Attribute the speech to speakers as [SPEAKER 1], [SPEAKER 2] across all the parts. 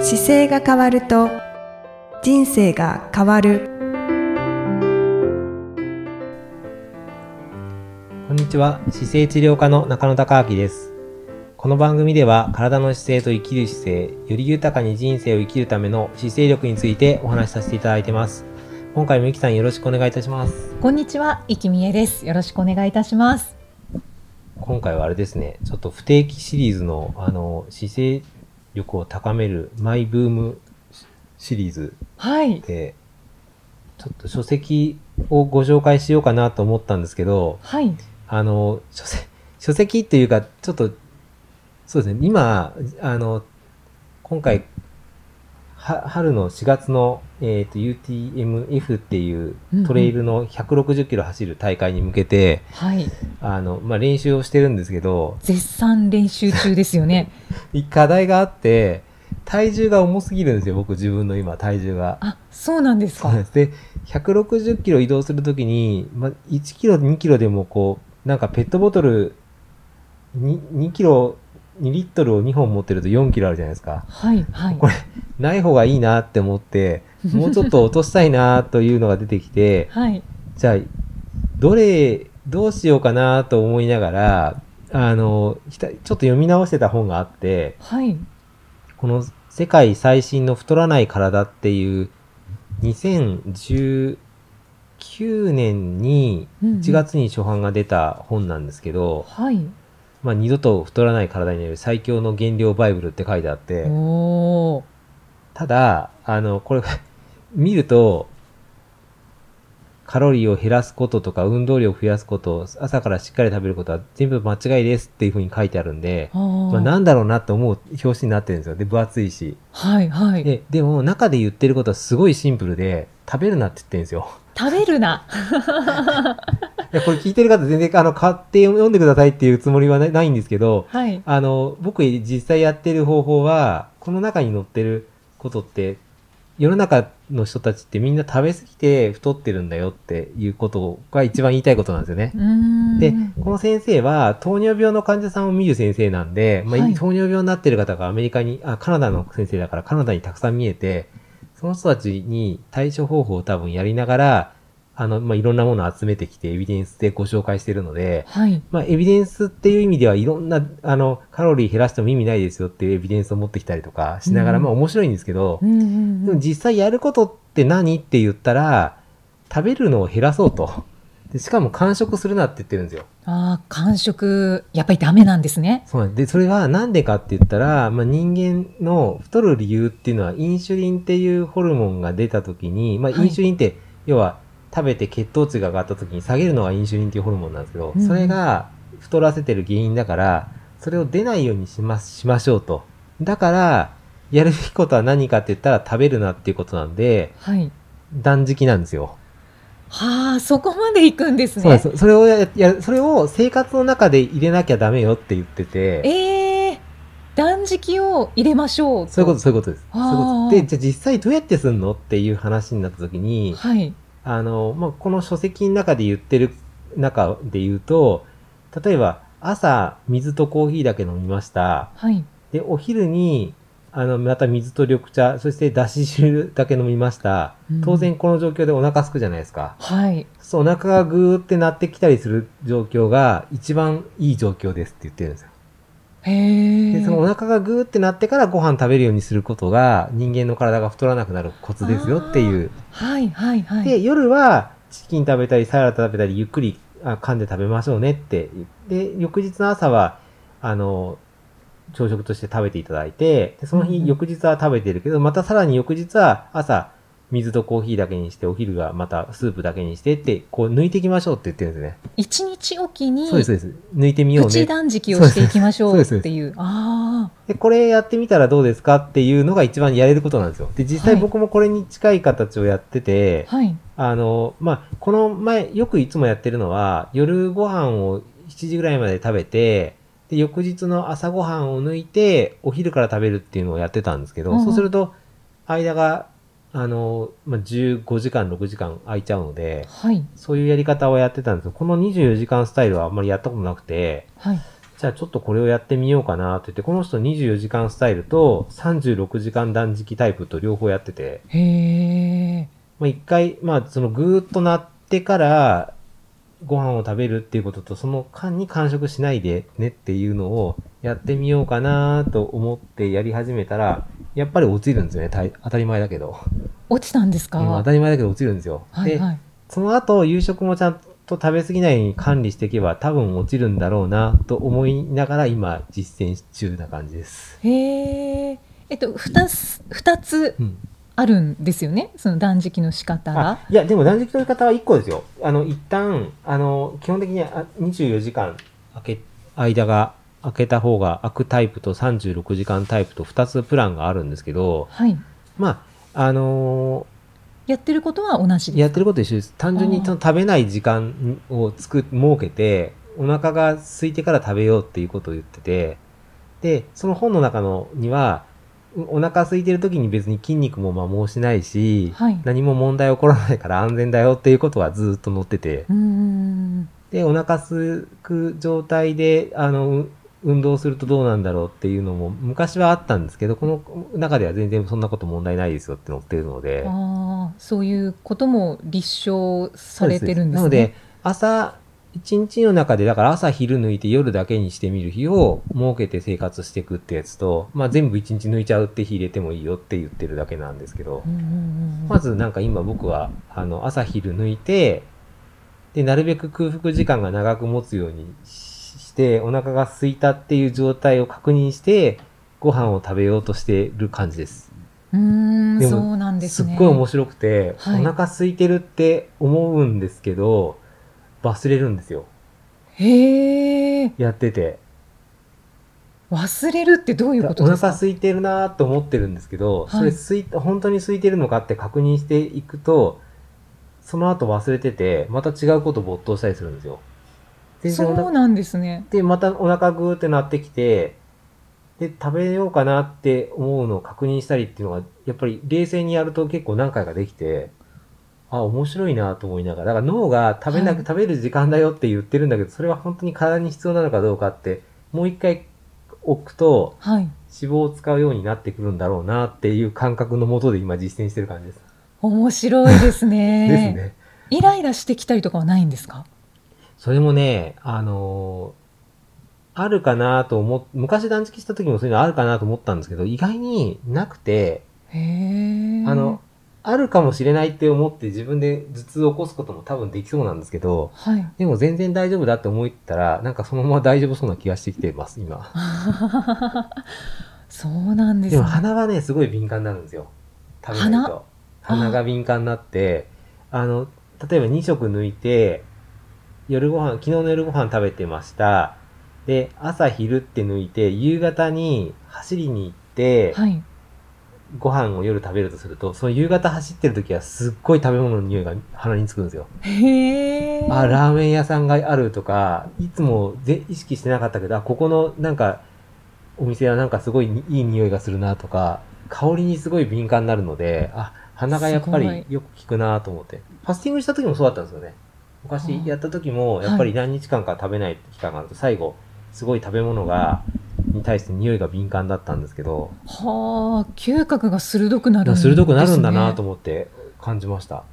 [SPEAKER 1] 姿勢が変わると人生が変わる
[SPEAKER 2] こんにちは姿勢治療科の中野孝明ですこの番組では体の姿勢と生きる姿勢より豊かに人生を生きるための姿勢力についてお話しさせていただいてます今回もゆきさんよろしくお願いいたします
[SPEAKER 3] こんにちは、いきみえです。よろしくお願いいたします。
[SPEAKER 2] 今回はあれですねちょっと不定期シリーズのあの姿勢力を高めるマイブームシリーズ
[SPEAKER 3] はい。
[SPEAKER 2] でちょっと書籍をご紹介しようかなと思ったんですけど
[SPEAKER 3] はい。
[SPEAKER 2] あの、書籍、書籍っていうか、ちょっと、そうですね、今、あの、今回、は春の4月の、えーと UTMF っていう
[SPEAKER 3] うんうん
[SPEAKER 2] トレイルの160キロ走る大会に向けて、
[SPEAKER 3] はい。
[SPEAKER 2] あの、まあ、練習をしてるんですけど、
[SPEAKER 3] 絶賛練習中です よね。
[SPEAKER 2] 課題があって、体重が重すぎるんですよ、僕自分の今、体重が。
[SPEAKER 3] あ、そうなんです
[SPEAKER 2] そうなんで
[SPEAKER 3] か。
[SPEAKER 2] す。 で、160キロ移動するときに、まあ、1キロ、2キロでもこう、なんかペットボトルに2、キロ、2リットルを2本持ってると4キロあるじゃないですか。
[SPEAKER 3] はい、はい
[SPEAKER 2] こ。れ、ない方がいいなって思って、もうちょっと落としたいなというのが出てきて、
[SPEAKER 3] はい。
[SPEAKER 2] じゃあ、どれ、どうしようかなと思いながら、あの、ひたちょっと読み直してた本があって、
[SPEAKER 3] はい。
[SPEAKER 2] この世界最新の太らない体っていう2019年に
[SPEAKER 3] うんうん
[SPEAKER 2] 1。月に初版が出た本なんですけど、
[SPEAKER 3] はい。
[SPEAKER 2] まあ、二度と太らない体になる最強の減量バイブルって書いてあって、
[SPEAKER 3] おー。
[SPEAKER 2] ただ、あの、これ 見ると、カロリーを減らすこととか運動量を増やすこと、朝からしっかり食べることは全部間違いですっていうふうに書いてあるんで、
[SPEAKER 3] あー
[SPEAKER 2] まあ、なんだろうなと思う表紙になってるんですよ。で、分厚いし。
[SPEAKER 3] はい、はい。
[SPEAKER 2] で、でも中で言ってることはすごいシンプルで、食べるなって言ってるんですよ。
[SPEAKER 3] 食べるな。
[SPEAKER 2] いやこれ聞いてる方全然、あの、買って読んでくださいっていうつもりはなない んですけど、
[SPEAKER 3] はい。
[SPEAKER 2] あの、僕実際やってる方法は、この中に載ってることって、世の中の人たちってみんな食べ過ぎて太ってるんだよっていうことが一番言いたいことなんですよね
[SPEAKER 3] う。ーん。
[SPEAKER 2] で、この先生は糖尿病の患者さんを見る先生なんで、まあ
[SPEAKER 3] はい
[SPEAKER 2] 糖尿病になってる方がアメリカに、あ、カナダの先生だからカナダにたくさん見えて、その人たちに対処方法を多分やりながら、あの、まあ、いろんなものを集めてきてエビデンスでご紹介してるので、
[SPEAKER 3] はい。
[SPEAKER 2] まあ、エビデンスっていう意味ではいろんな、あの、カロリー減らしても意味ないですよっていうエビデンスを持ってきたりとかしながら、
[SPEAKER 3] うん
[SPEAKER 2] まあ面白いんですけど
[SPEAKER 3] う、んうん
[SPEAKER 2] で
[SPEAKER 3] う
[SPEAKER 2] も
[SPEAKER 3] ん。
[SPEAKER 2] 実際やることって何って言ったら、食べるのを減らそうと。でしかも完食するなって言ってるんですよ。
[SPEAKER 3] ああ、完食、やっぱりダメなんですね。
[SPEAKER 2] そうなんですで、それはなんでかって言ったら、まあ、人間の太る理由っていうのは、インシュリンっていうホルモンが出た時に、まあ、
[SPEAKER 3] はい
[SPEAKER 2] インシュリンって、要は食べて血糖値が上がった時に下げるのがインシュリンっていうホルモンなんですけど
[SPEAKER 3] う、ん
[SPEAKER 2] それが太らせてる原因だから、それを出ないようにします、しましょうと。だから、やるべきことは何かって言ったら食べるなっていうことなんで、
[SPEAKER 3] はい。
[SPEAKER 2] 断食なんですよ。
[SPEAKER 3] はあ、そこまで行くんですね。
[SPEAKER 2] そうなんです。それをや、や、それを生活の中で入れなきゃダメよって言ってて。
[SPEAKER 3] ええー、断食を入れましょう
[SPEAKER 2] そういうこと、そういうことです。そ
[SPEAKER 3] あ
[SPEAKER 2] う
[SPEAKER 3] ー
[SPEAKER 2] いうことですで、じゃあ実際どうやってすんのっていう話になった時に、
[SPEAKER 3] はい
[SPEAKER 2] あの、まあ、この書籍の中で言ってる中で言うと、例えば朝水とコーヒーだけ飲みました。
[SPEAKER 3] はい
[SPEAKER 2] で、お昼に、あの、また水と緑茶、そしてだし汁だけ飲みました
[SPEAKER 3] うん。
[SPEAKER 2] 当然この状況でお腹空くじゃないですか。
[SPEAKER 3] はい
[SPEAKER 2] そう、お腹がぐーってなってきたりする状況が一番いい状況ですって言ってるんですよ。
[SPEAKER 3] へ
[SPEAKER 2] で
[SPEAKER 3] え
[SPEAKER 2] そのお腹がグーってなってからご飯食べるようにすることが人間の体が太らなくなるコツですよっていう。
[SPEAKER 3] はいはいはい
[SPEAKER 2] で、夜はチキン食べたりサラダ食べたりゆっくりあ噛んで食べましょうねって言って。で、翌日の朝は、あの、朝食として食べていただいて、でその
[SPEAKER 3] うんう
[SPEAKER 2] 日、
[SPEAKER 3] ん
[SPEAKER 2] 翌日は食べてるけど、またさらに翌日は朝、水とコーヒーだけにして、お昼はまたスープだけにしてって、こう抜いていきましょうって言ってるんですね。
[SPEAKER 3] 一日おきに
[SPEAKER 2] そうです、そうです。抜いてみよう
[SPEAKER 3] プ
[SPEAKER 2] ねって
[SPEAKER 3] チ断食をしていきましょ
[SPEAKER 2] そう
[SPEAKER 3] う
[SPEAKER 2] で
[SPEAKER 3] っ
[SPEAKER 2] すそうです
[SPEAKER 3] ていうあ
[SPEAKER 2] で、これやってみたらどうですかっていうのが一番やれることなんですよ。で、実際
[SPEAKER 3] はい
[SPEAKER 2] 僕もこれに近い形をやってて、
[SPEAKER 3] あはい
[SPEAKER 2] あの、まあ、この前、よくいつもやってるのは、夜ご飯を7時ぐらいまで食べて、で、翌日の朝ご飯を抜いて、お昼から食べるっていうのをやってたんですけど、
[SPEAKER 3] うんうん
[SPEAKER 2] そうすると、間が、あの、まあ、15時間、6時間空いちゃうので、
[SPEAKER 3] はい
[SPEAKER 2] そういうやり方をやってたんですけど、この24時間スタイルはあんまりやったことなくて、
[SPEAKER 3] はい
[SPEAKER 2] じゃあちょっとこれをやってみようかなって言って、この人24時間スタイルと36時間断食タイプと両方やってて、
[SPEAKER 3] へえ。
[SPEAKER 2] まあ、一回、まあ、そのぐーっとなってから、ご飯を食べるっていうことと、その間に完食しないでねっていうのをやってみようかなと思ってやり始めたら、やっぱり落ちるんですよね。たい当たり前だけど。
[SPEAKER 3] 落ちたんです
[SPEAKER 2] うん当
[SPEAKER 3] か。
[SPEAKER 2] たり前だけど落ちるんですよ。
[SPEAKER 3] はい
[SPEAKER 2] で、
[SPEAKER 3] はい。
[SPEAKER 2] その後、夕食もちゃんと食べ過ぎないように管理していけば多分落ちるんだろうなと思いながら今実践中な感じです。
[SPEAKER 3] へえ。えっと二つ二つ
[SPEAKER 2] うん。
[SPEAKER 3] あるんですよね。その断食の仕方
[SPEAKER 2] あ
[SPEAKER 3] が。
[SPEAKER 2] いや、でも断食の言い方は1個ですよ。あの、一旦、あの、基本的にあ24時間空け、間が空けた方が空くタイプと36時間タイプと2つプランがあるんですけど、
[SPEAKER 3] はい。
[SPEAKER 2] まあ、あの
[SPEAKER 3] やってることは同じ
[SPEAKER 2] ー
[SPEAKER 3] で
[SPEAKER 2] やっ
[SPEAKER 3] す。
[SPEAKER 2] てること一緒です。単純
[SPEAKER 3] あ
[SPEAKER 2] に
[SPEAKER 3] ー
[SPEAKER 2] その食べない時間をつく、設けて、お腹が空いてから食べようっていうことを言ってて、で、その本の中のには、お腹空いてる時に別に筋肉も摩耗しないし、
[SPEAKER 3] はい。う
[SPEAKER 2] 何も問題起こらないから安全だよっていうことはずーっと載ってて、
[SPEAKER 3] ーん。
[SPEAKER 2] で、お腹すく状態で、あの、う運動するとどうなんだろうっていうのも昔はあったんですけど、この中では全然そんなこと問題ないですよって載ってるので、
[SPEAKER 3] ああ、そういうことも立証
[SPEAKER 2] そ
[SPEAKER 3] さ
[SPEAKER 2] うで
[SPEAKER 3] れ
[SPEAKER 2] す
[SPEAKER 3] てるんで
[SPEAKER 2] な
[SPEAKER 3] す
[SPEAKER 2] の
[SPEAKER 3] ね
[SPEAKER 2] で。、朝、一日の中で、だから朝昼抜いて夜だけにしてみる日を設けて生活していくってやつと、まあ全部一日抜いちゃうって日入れてもいいよって言ってるだけなんですけど、
[SPEAKER 3] うんうんうん
[SPEAKER 2] まずなんか今僕は、あの、朝昼抜いて、で、なるべく空腹時間が長く持つようにしして、お腹が空いたっていう状態を確認して、ご飯を食べようとしてる感じです。
[SPEAKER 3] うん。うー
[SPEAKER 2] で
[SPEAKER 3] ん、
[SPEAKER 2] も
[SPEAKER 3] そうなんです
[SPEAKER 2] す
[SPEAKER 3] ね。
[SPEAKER 2] っごい面白くて、
[SPEAKER 3] はい
[SPEAKER 2] お腹空いてるって思うんですけど、忘れるんですよ。
[SPEAKER 3] へえ。
[SPEAKER 2] やってて。
[SPEAKER 3] 忘れるってどういうこと
[SPEAKER 2] お
[SPEAKER 3] です
[SPEAKER 2] 腹
[SPEAKER 3] か。
[SPEAKER 2] 空いてるなーと思ってるんですけど、そ
[SPEAKER 3] は
[SPEAKER 2] れ
[SPEAKER 3] い
[SPEAKER 2] 空い本当に空いてるのかって確認していくと、その後忘れてて、また違うこと没頭したりするんですよ。全然お
[SPEAKER 3] そう
[SPEAKER 2] 腹
[SPEAKER 3] なんですね。
[SPEAKER 2] で、またお腹ぐーってなってきて、で、食べようかなって思うのを確認したりっていうのが、やっぱり冷静にやると結構何回かできて、あ、面白いなと思いながら、だから脳が食べなく、
[SPEAKER 3] はい
[SPEAKER 2] 食べる時間だよって言ってるんだけど、それは本当に体に必要なのかどうかって、もう一回置くと、
[SPEAKER 3] はい。
[SPEAKER 2] 脂肪を使うようになってくるんだろうなっていう感覚のもとで今実践してる感じです。
[SPEAKER 3] 面白いです ね。
[SPEAKER 2] ですね。
[SPEAKER 3] イライラしてきたりとかはないんですか。
[SPEAKER 2] それもね、あのーあるかなと思っ、昔断食した時もそういうのあるかなと思ったんですけど、意外になくて、
[SPEAKER 3] へえ。
[SPEAKER 2] あの、。あるかもしれないって思って自分で頭痛を起こすことも多分できそうなんですけど、
[SPEAKER 3] はい。
[SPEAKER 2] でも全然大丈夫だって思ったら、なんかそのまま大丈夫そうな気がしてきてます、今。
[SPEAKER 3] そうなんです
[SPEAKER 2] で
[SPEAKER 3] ね。
[SPEAKER 2] も鼻がね、すごい敏感になるんですよ。食べないと。
[SPEAKER 3] 鼻
[SPEAKER 2] 鼻が敏感になって、あの、例えば2食抜いて、夜ご飯、昨日の夜ご飯食べてました。で、朝昼って抜いて、夕方に走りに行って、
[SPEAKER 3] はい。
[SPEAKER 2] ご飯を夜食べるとすると、その夕方走ってる時はすっごい食べ物の匂いが鼻につくんですよ。
[SPEAKER 3] へえ。
[SPEAKER 2] あ、ラーメン屋さんがあるとか、いつもぜ意識してなかったけど、あ、ここのなんか、お店はなんかすごいにいい匂いがするなとか、香りにすごい敏感になるので、あ、鼻がやっぱ
[SPEAKER 3] すごい
[SPEAKER 2] りよく効くなと思って。ファスティングした時もそうだったんですよね。昔やった時も、
[SPEAKER 3] い
[SPEAKER 2] やっぱり何日間か食べない期間があると、最後、すごい食べ物が、に対して匂いが敏感だったんですけど、
[SPEAKER 3] はあ、嗅覚が鋭くなるんです、ね。
[SPEAKER 2] 鋭くなるんだなと思って感じました。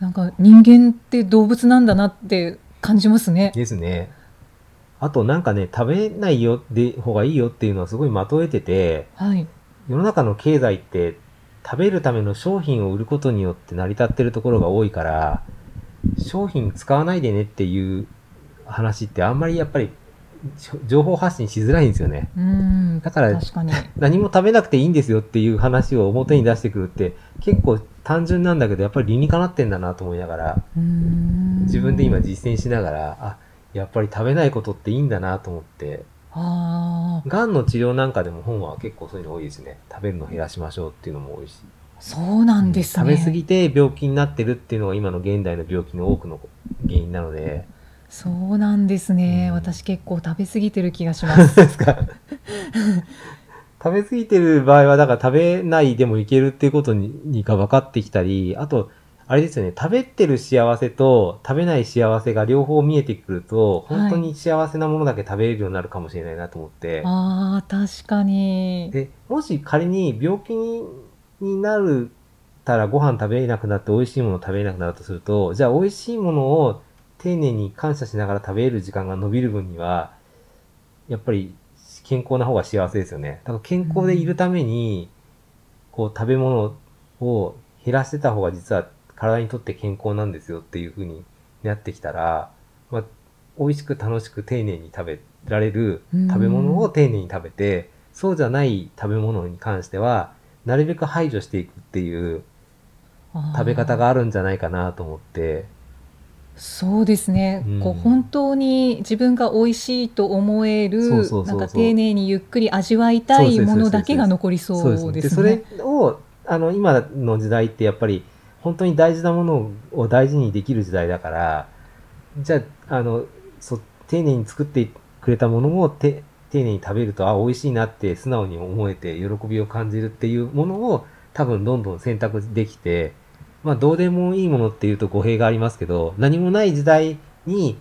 [SPEAKER 3] なんか人間って動物なんだなって感じますね。
[SPEAKER 2] ですね。あとなんかね、食べないよで方がいいよっていうのはすごいまとえてて、
[SPEAKER 3] はい。
[SPEAKER 2] 世の中の経済って食べるための商品を売ることによって成り立ってるところが多いから、商品使わないでねっていう話ってあんまりやっぱりしょ情報発信しづらいんですよね。
[SPEAKER 3] うん。
[SPEAKER 2] だから
[SPEAKER 3] 確かに。
[SPEAKER 2] 何も食べなくていいんですよっていう話を表に出してくるって結構単純なんだけどやっぱり理にかなってんだなと思いながら
[SPEAKER 3] うん
[SPEAKER 2] 自分で今実践しながら、あ、やっぱり食べないことっていいんだなと思って、
[SPEAKER 3] ああ、
[SPEAKER 2] がんの治療なんかでも本は結構そういうの多いですね。食べるの減らしましょうっていうのも多いし。
[SPEAKER 3] そうなんですね。
[SPEAKER 2] 食べ過ぎて病気になってるっていうのが今の現代の病気の多くの原因なので、
[SPEAKER 3] そうなんですね。
[SPEAKER 2] うん
[SPEAKER 3] 私結構食べ過ぎてる気がし ます。
[SPEAKER 2] ですか食べ過ぎてる場合は、だから食べないでもいけるっていうことににが分かってきたり、あと、あれですよね、食べてる幸せと食べない幸せが両方見えてくると、
[SPEAKER 3] はい
[SPEAKER 2] 本当に幸せなものだけ食べれるようになるかもしれないなと思って、
[SPEAKER 3] ああ、確かに。
[SPEAKER 2] で、もし仮に病気になるたらご飯食べれなくなって美味しいもの食べれなくなるとすると、じゃあ美味しいものを丁寧に感謝しながら食べれる時間が伸びる分には、やっぱり健康な方が幸せですよね。だから健康でいるために、こう食べ物を減らしてた方が実は体にとって健康なんですよっていう風になってきたら、まあ、美味しく楽しく丁寧に食べられる
[SPEAKER 3] うん
[SPEAKER 2] 食べ物を丁寧に食べて、そうじゃない食べ物に関しては、なるべく排除していくっていう
[SPEAKER 3] あー
[SPEAKER 2] 食べ方があるんじゃないかなと思って、
[SPEAKER 3] そうですね、
[SPEAKER 2] うん
[SPEAKER 3] こう本当に自分が美味しいと思える
[SPEAKER 2] そうそうそうそう
[SPEAKER 3] なんか丁寧にゆっくり味わいたいものだけが残りそうですね。
[SPEAKER 2] でそれを、あの、今の時代ってやっぱり、本当に大事なものを大事にできる時代だから、じゃあ、あの、そ丁寧に作ってくれたものもて丁寧に食べると、あ、美味しいなって素直に思えて、喜びを感じるっていうものを、多分どんどん選択できて、まあ、どうでもいいものっていうと語弊がありますけど、何もない時代に、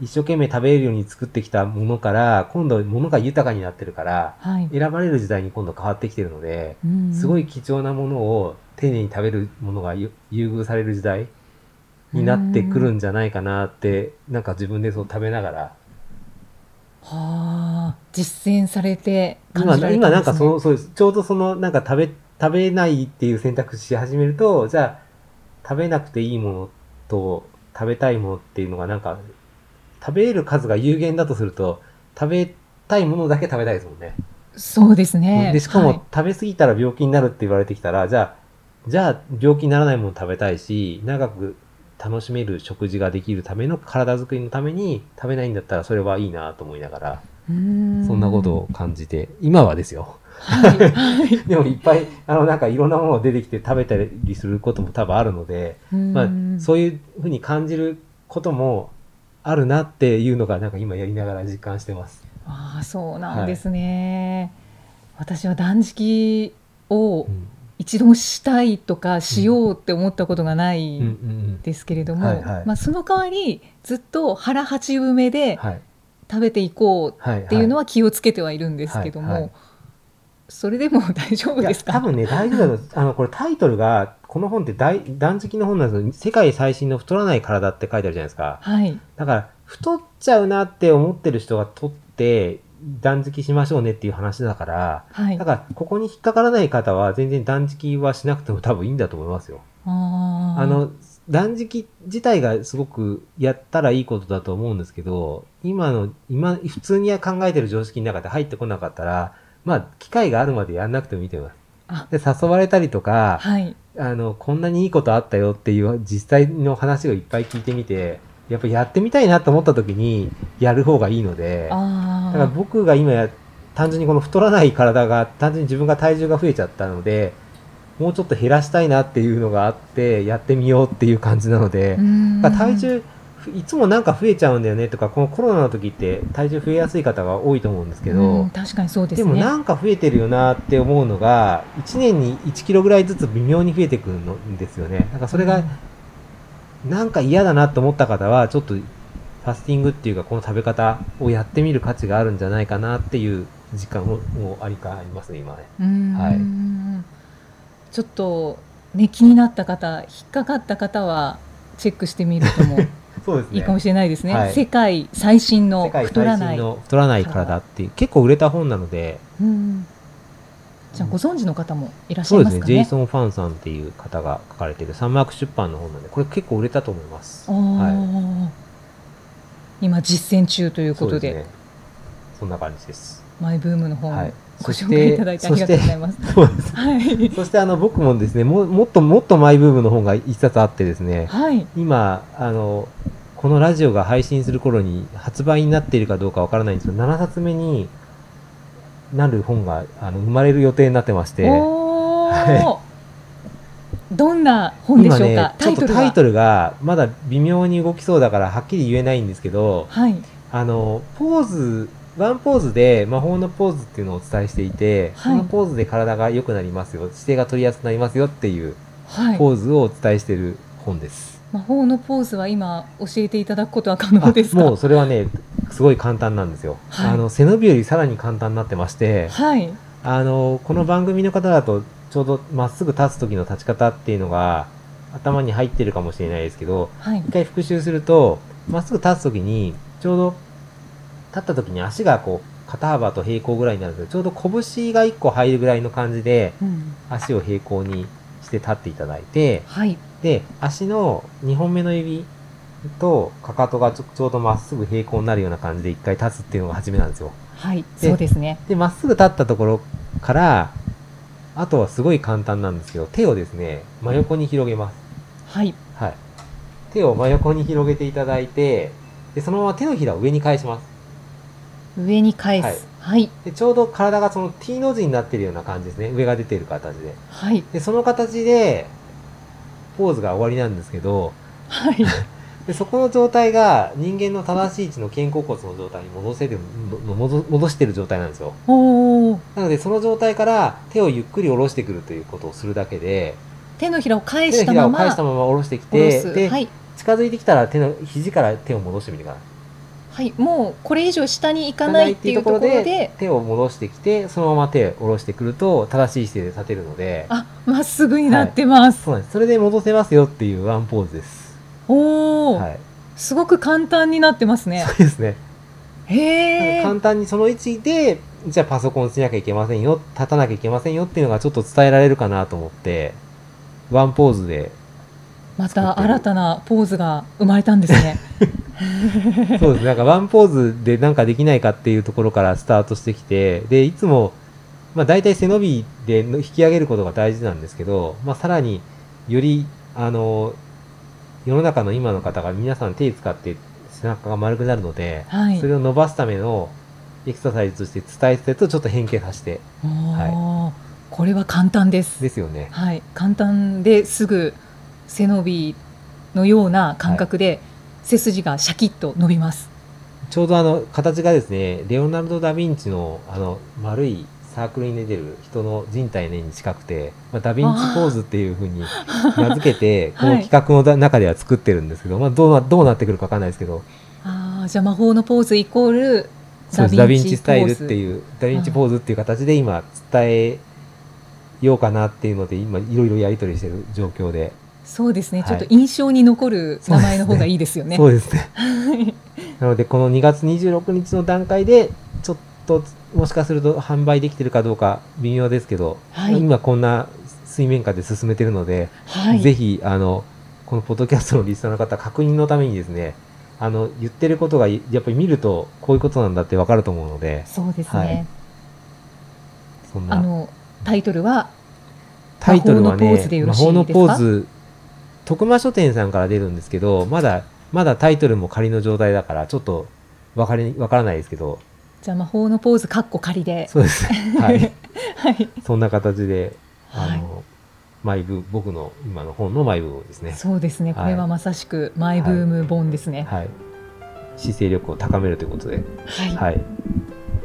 [SPEAKER 2] 一生懸命食べれるように作ってきたものから、今度物が豊かになってるから、
[SPEAKER 3] はい、
[SPEAKER 2] 選ばれる時代に今度変わってきてるので、
[SPEAKER 3] うん
[SPEAKER 2] すごい貴重なものを丁寧に食べるものがゆ優遇される時代になってくるんじゃないかなって、なんか自分でそう食べながら、
[SPEAKER 3] はあ実践されて感
[SPEAKER 2] 今
[SPEAKER 3] じられた
[SPEAKER 2] 今
[SPEAKER 3] ん
[SPEAKER 2] な
[SPEAKER 3] で
[SPEAKER 2] んか
[SPEAKER 3] す
[SPEAKER 2] そ
[SPEAKER 3] ね。
[SPEAKER 2] のそうですちょうどそのなんか食べ食べないっていう選択肢し始めるとじゃあ食べなくていいものと食べたいものっていうのがなんか食べる数が有限だとすると食べたいものだけ食べたいですもんね。
[SPEAKER 3] そうですね。
[SPEAKER 2] でしか
[SPEAKER 3] はい
[SPEAKER 2] も食べ過ぎたら病気になるって言われてきたら、じゃあじゃあ病気にならないもの食べたいし長く楽しめる食事ができるための体づくりのために食べないんだったらそれはいいなと思いながら
[SPEAKER 3] うん
[SPEAKER 2] そんなことを感じて今はですよ。
[SPEAKER 3] はいはい
[SPEAKER 2] でもいっぱい、あの、なんかいろんなものが出てきて食べたりすることも多分あるので、ま
[SPEAKER 3] うん
[SPEAKER 2] あ、そういうふうに感じることもあるなっていうのが、なんか今やりながら実感してます。
[SPEAKER 3] ああそうなんですね。私は断食を
[SPEAKER 2] うん
[SPEAKER 3] 一度もしたいとかしようって思ったことがない。
[SPEAKER 2] うんうん
[SPEAKER 3] ですけれども、
[SPEAKER 2] はいはい
[SPEAKER 3] まあ、その代わりずっと腹八分目
[SPEAKER 2] うん。
[SPEAKER 3] で
[SPEAKER 2] はい。
[SPEAKER 3] 食べていこ
[SPEAKER 2] はい。
[SPEAKER 3] うっていうの
[SPEAKER 2] は
[SPEAKER 3] は気をつけてはいるんですけども、
[SPEAKER 2] はいはい
[SPEAKER 3] それでも大丈夫
[SPEAKER 2] いや
[SPEAKER 3] です
[SPEAKER 2] 多
[SPEAKER 3] か
[SPEAKER 2] 分ね、大丈夫だと思い ます。あの、これタイトルが、この本って大断食の本なんですけど、世界最新の太らない体って書いてあるじゃないですか。
[SPEAKER 3] はい、
[SPEAKER 2] だから、太っちゃうなって思ってる人が取って、断食しましょうねっていう話だから、
[SPEAKER 3] はい
[SPEAKER 2] だ、から、ここに引っかからない方は、全然断食はしなくても多分いいんだと思いますよ。
[SPEAKER 3] あー
[SPEAKER 2] あの、断食自体がすごくやったらいいことだと思うんですけど、今の、今、普通に考えてる常識の中で入ってこなかったら、まあ、機会があるまでやんなくてもいいと思いま
[SPEAKER 3] あ
[SPEAKER 2] す。で、誘われたりとか、
[SPEAKER 3] はい
[SPEAKER 2] あの、こんなにいいことあったよっていう実際の話をいっぱい聞いてみて、やっぱやってみたいなと思った時に、やる方がいいので、だから
[SPEAKER 3] あー
[SPEAKER 2] 僕が今や、単純にこの太らない体が、単純に自分が体重が増えちゃったので、もうちょっと減らしたいなっていうのがあって、やってみようっていう感じなので
[SPEAKER 3] う、ん
[SPEAKER 2] だから体重、ふいつもなんか増えちゃうんだよねとか、このコロナの時って体重増えやすい方が多いと思うんですけど、
[SPEAKER 3] うん確かにそうで
[SPEAKER 2] です
[SPEAKER 3] ね
[SPEAKER 2] もなんか増えてるよなって思うのが、1年に1キロぐらいずつ微妙に増えてくるんですよね。なんかそれ
[SPEAKER 3] う
[SPEAKER 2] が
[SPEAKER 3] ん、
[SPEAKER 2] なんか嫌だなと思った方は、ちょっとファスティングっていうか、この食べ方をやってみる価値があるんじゃないかなっていう時間ももうありかありますね、今ね。
[SPEAKER 3] うん
[SPEAKER 2] はい
[SPEAKER 3] ちょっとね気になった方引っかかった方はチェックしてみるとも
[SPEAKER 2] そうですね。
[SPEAKER 3] いいかもしれないですね
[SPEAKER 2] はい
[SPEAKER 3] 世界最新の
[SPEAKER 2] 世界
[SPEAKER 3] 太ら
[SPEAKER 2] 最
[SPEAKER 3] な
[SPEAKER 2] 新
[SPEAKER 3] い
[SPEAKER 2] の太らない体っていう、結構売れた本なので、
[SPEAKER 3] うんじゃあご存知の方もいらっし
[SPEAKER 2] そ
[SPEAKER 3] ゃ
[SPEAKER 2] う
[SPEAKER 3] い
[SPEAKER 2] で
[SPEAKER 3] ますす
[SPEAKER 2] ね、
[SPEAKER 3] か
[SPEAKER 2] ジェイ
[SPEAKER 3] ね。
[SPEAKER 2] ソン・ファンさんっていう方が書かれてるサンマーク出版の本なんで、これ結構売れたと思います。
[SPEAKER 3] お
[SPEAKER 2] はい。
[SPEAKER 3] ー今実践中というこ
[SPEAKER 2] そう
[SPEAKER 3] と
[SPEAKER 2] で
[SPEAKER 3] で、
[SPEAKER 2] すね。そんな感じです。
[SPEAKER 3] マイブームの本
[SPEAKER 2] はい
[SPEAKER 3] ご紹介いただいてあ
[SPEAKER 2] そ
[SPEAKER 3] り
[SPEAKER 2] し
[SPEAKER 3] が
[SPEAKER 2] て
[SPEAKER 3] とうございます。
[SPEAKER 2] そうです。
[SPEAKER 3] はい、
[SPEAKER 2] そしてあの僕もですねも、もっともっとマイブームの本が一冊あってですね、
[SPEAKER 3] はい、
[SPEAKER 2] 今、あの、このラジオが配信する頃に発売になっているかどうかわからないんですけど、7冊目になる本があの生まれる予定になってまして、
[SPEAKER 3] おお、
[SPEAKER 2] は
[SPEAKER 3] どんな本でしょうか。
[SPEAKER 2] ち
[SPEAKER 3] タ
[SPEAKER 2] ょっ
[SPEAKER 3] イト
[SPEAKER 2] と
[SPEAKER 3] ル
[SPEAKER 2] タ
[SPEAKER 3] は
[SPEAKER 2] イトルがまだ微妙に動きそうだからはっきり言えないんですけど、
[SPEAKER 3] はい
[SPEAKER 2] あの、ポーズ、ワンポーズで魔法のポーズっていうのをお伝えしていて、
[SPEAKER 3] はい
[SPEAKER 2] そのポーズで体が良くなりますよ、姿勢が取りやすくなりますよっていう
[SPEAKER 3] はい
[SPEAKER 2] ポーズをお伝えしている本です。
[SPEAKER 3] 魔法のポーズは今教えていただくことは可能です
[SPEAKER 2] あもう
[SPEAKER 3] か
[SPEAKER 2] それはねすごい簡単なんですよ、
[SPEAKER 3] はい
[SPEAKER 2] あの背伸びよりさらに簡単になってまして
[SPEAKER 3] はい
[SPEAKER 2] あのこの番組の方だとちょうどまっすぐ立つ時の立ち方っていうのが頭に入ってるかもしれないですけど
[SPEAKER 3] はい
[SPEAKER 2] 一回復習するとまっすぐ立つ時にちょうど立った時に足がこう肩幅と平行ぐらいになるんですけどちょうど拳が1個入るぐらいの感じで
[SPEAKER 3] うん
[SPEAKER 2] 足を平行にして立っていただいて
[SPEAKER 3] はい
[SPEAKER 2] で、足の2本目の指とかかとがちょちょうどまっすぐ平行になるような感じで一回立つっていうのが初めなんですよ。
[SPEAKER 3] はい
[SPEAKER 2] で
[SPEAKER 3] そうですね
[SPEAKER 2] で、まっすぐ立ったところから、あとはすごい簡単なんですけど、手をですね、真横に広げます。
[SPEAKER 3] はい
[SPEAKER 2] はい。手を真横に広げていただいて、で、そのまま手のひらを上に返します。
[SPEAKER 3] 上に返すはい
[SPEAKER 2] で、ちょうど体がその T の字になってるような感じですね。上が出てる形で。
[SPEAKER 3] はい
[SPEAKER 2] で、その形で、ポーズが終わりなんですけど、
[SPEAKER 3] はい
[SPEAKER 2] でそこの状態が人間の正しい位置の肩甲骨の状態に戻せるも戻戻してる状態なんですよ
[SPEAKER 3] おお
[SPEAKER 2] なのでその状態から手をゆっくり下ろしてくるということをするだけで
[SPEAKER 3] 手のひらを返
[SPEAKER 2] 手の
[SPEAKER 3] した
[SPEAKER 2] ひら
[SPEAKER 3] ま
[SPEAKER 2] を
[SPEAKER 3] ま
[SPEAKER 2] 返したまま下ろしてき
[SPEAKER 3] 下ろ
[SPEAKER 2] て
[SPEAKER 3] す
[SPEAKER 2] で、
[SPEAKER 3] はい
[SPEAKER 2] 近づいてきたら手の肘から手を戻してみてください
[SPEAKER 3] はいもうこれ以上下に行かないっていうところで
[SPEAKER 2] 手を戻してきてそのまま手を下ろしてくると正しい姿勢で立てるので
[SPEAKER 3] あまっすぐになってます
[SPEAKER 2] そうなんですそれで戻せますよっていうワンポーズです
[SPEAKER 3] お
[SPEAKER 2] は
[SPEAKER 3] お
[SPEAKER 2] い
[SPEAKER 3] すごく簡単になってますね
[SPEAKER 2] そうですね
[SPEAKER 3] へえ
[SPEAKER 2] 簡単にその位置で、じゃあパソコンしなきゃいけませんよ、立たなきゃいけませんよっていうのがちょっと伝えられるかなと思って、ワンポーズで、
[SPEAKER 3] また新たなポーズが生まれたんです ね
[SPEAKER 2] そうですね、なんかワンポーズでなんかできないかっていうところからスタートしてきて、で、いつも、まあ大体背伸びでの引き上げることが大事なんですけど、まあさらにより、あの、世の中の今の方が皆さん手使って背中が丸くなるので、
[SPEAKER 3] はい
[SPEAKER 2] それを伸ばすためのエクササイズとして伝えてとちょっと変形させて、
[SPEAKER 3] おーこれは簡単です
[SPEAKER 2] ですよね。
[SPEAKER 3] はい簡単ですぐ背伸びのような感覚で背筋がシャキッと伸びます
[SPEAKER 2] ちょうどあの形がですね、レオナルド・ダ・ヴィンチのあの丸いサークルに出てる人の人体の絵に近くて、まあ、ダ・ヴィンチポーズっていうふうに名付け て、こ
[SPEAKER 3] は
[SPEAKER 2] の
[SPEAKER 3] い
[SPEAKER 2] 企画のだ中では作ってるんですけど、まあ、どうなどうなってくるかわかんないですけど、
[SPEAKER 3] あーじゃあ魔法のポーズイコール
[SPEAKER 2] そうですダ・ヴィンチスタイルって
[SPEAKER 3] う
[SPEAKER 2] いう、ダ・ヴィンチポーズっていう形で今伝えようかなっていうので、今いろいろやり取りしてる状況で、
[SPEAKER 3] そうですね、
[SPEAKER 2] はい
[SPEAKER 3] ちょっと印象に残る名前の方がいいですよね
[SPEAKER 2] そうですね。なので、この2月26日の段階で、ちょっと、もしかすると販売できてるかどうか微妙ですけど、
[SPEAKER 3] はい
[SPEAKER 2] 今こんな水面下で進めてるので、
[SPEAKER 3] はい
[SPEAKER 2] ぜひ、あの、このポッドキャストのリスナーの方、確認のためにですね、あの、言ってることが、やっぱり見ると、こういうことなんだってわかると思うので、
[SPEAKER 3] そうですね、
[SPEAKER 2] はいそん
[SPEAKER 3] あ
[SPEAKER 2] な、
[SPEAKER 3] のタイトルは
[SPEAKER 2] タイトルは
[SPEAKER 3] 魔法のポーズで
[SPEAKER 2] ね、
[SPEAKER 3] よ
[SPEAKER 2] 魔
[SPEAKER 3] ろしいです
[SPEAKER 2] 法
[SPEAKER 3] か
[SPEAKER 2] のポーズ、徳間書店さんから出るんですけど、まだ、まだタイトルも仮の状態だから、ちょっと、わかり、わからないですけど、
[SPEAKER 3] じゃあ魔法のポーズカッコ仮で
[SPEAKER 2] そう ですね。はい。
[SPEAKER 3] はい
[SPEAKER 2] そんな形で、あ
[SPEAKER 3] は
[SPEAKER 2] の、マイブ、僕の今の本のマイブームです
[SPEAKER 3] い
[SPEAKER 2] ね。
[SPEAKER 3] そうですねこれはまさしくマイブーム本ですね
[SPEAKER 2] はい。姿勢力を高めるということで、
[SPEAKER 3] はい、
[SPEAKER 2] はい。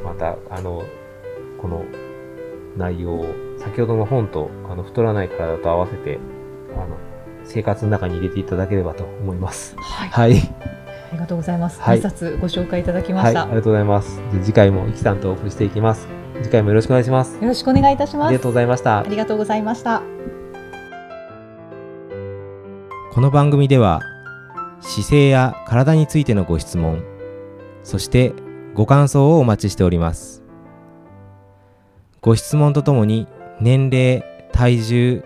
[SPEAKER 2] また、あの、この内容を、先ほどの本と、あの、太らない体と合わせて、あの、生活の中に入れていただければと思います。
[SPEAKER 3] はい
[SPEAKER 2] はい。
[SPEAKER 3] ありがとうございます。
[SPEAKER 2] はい
[SPEAKER 3] 一冊ご紹介いただきま
[SPEAKER 2] は
[SPEAKER 3] し
[SPEAKER 2] い。あ
[SPEAKER 3] た。
[SPEAKER 2] りがとうございます。じゃあ次回も、イキさんとオフしていきます。次回もよろしくお願いします。
[SPEAKER 3] よろしくお願いいたし
[SPEAKER 2] あ
[SPEAKER 3] ま
[SPEAKER 2] り
[SPEAKER 3] す
[SPEAKER 2] が。とうございました
[SPEAKER 3] あ。りがとうございました。
[SPEAKER 2] この番組では姿勢や体についてのご質問そしてご感想をお待ちしておりますご質問とともに年齢体重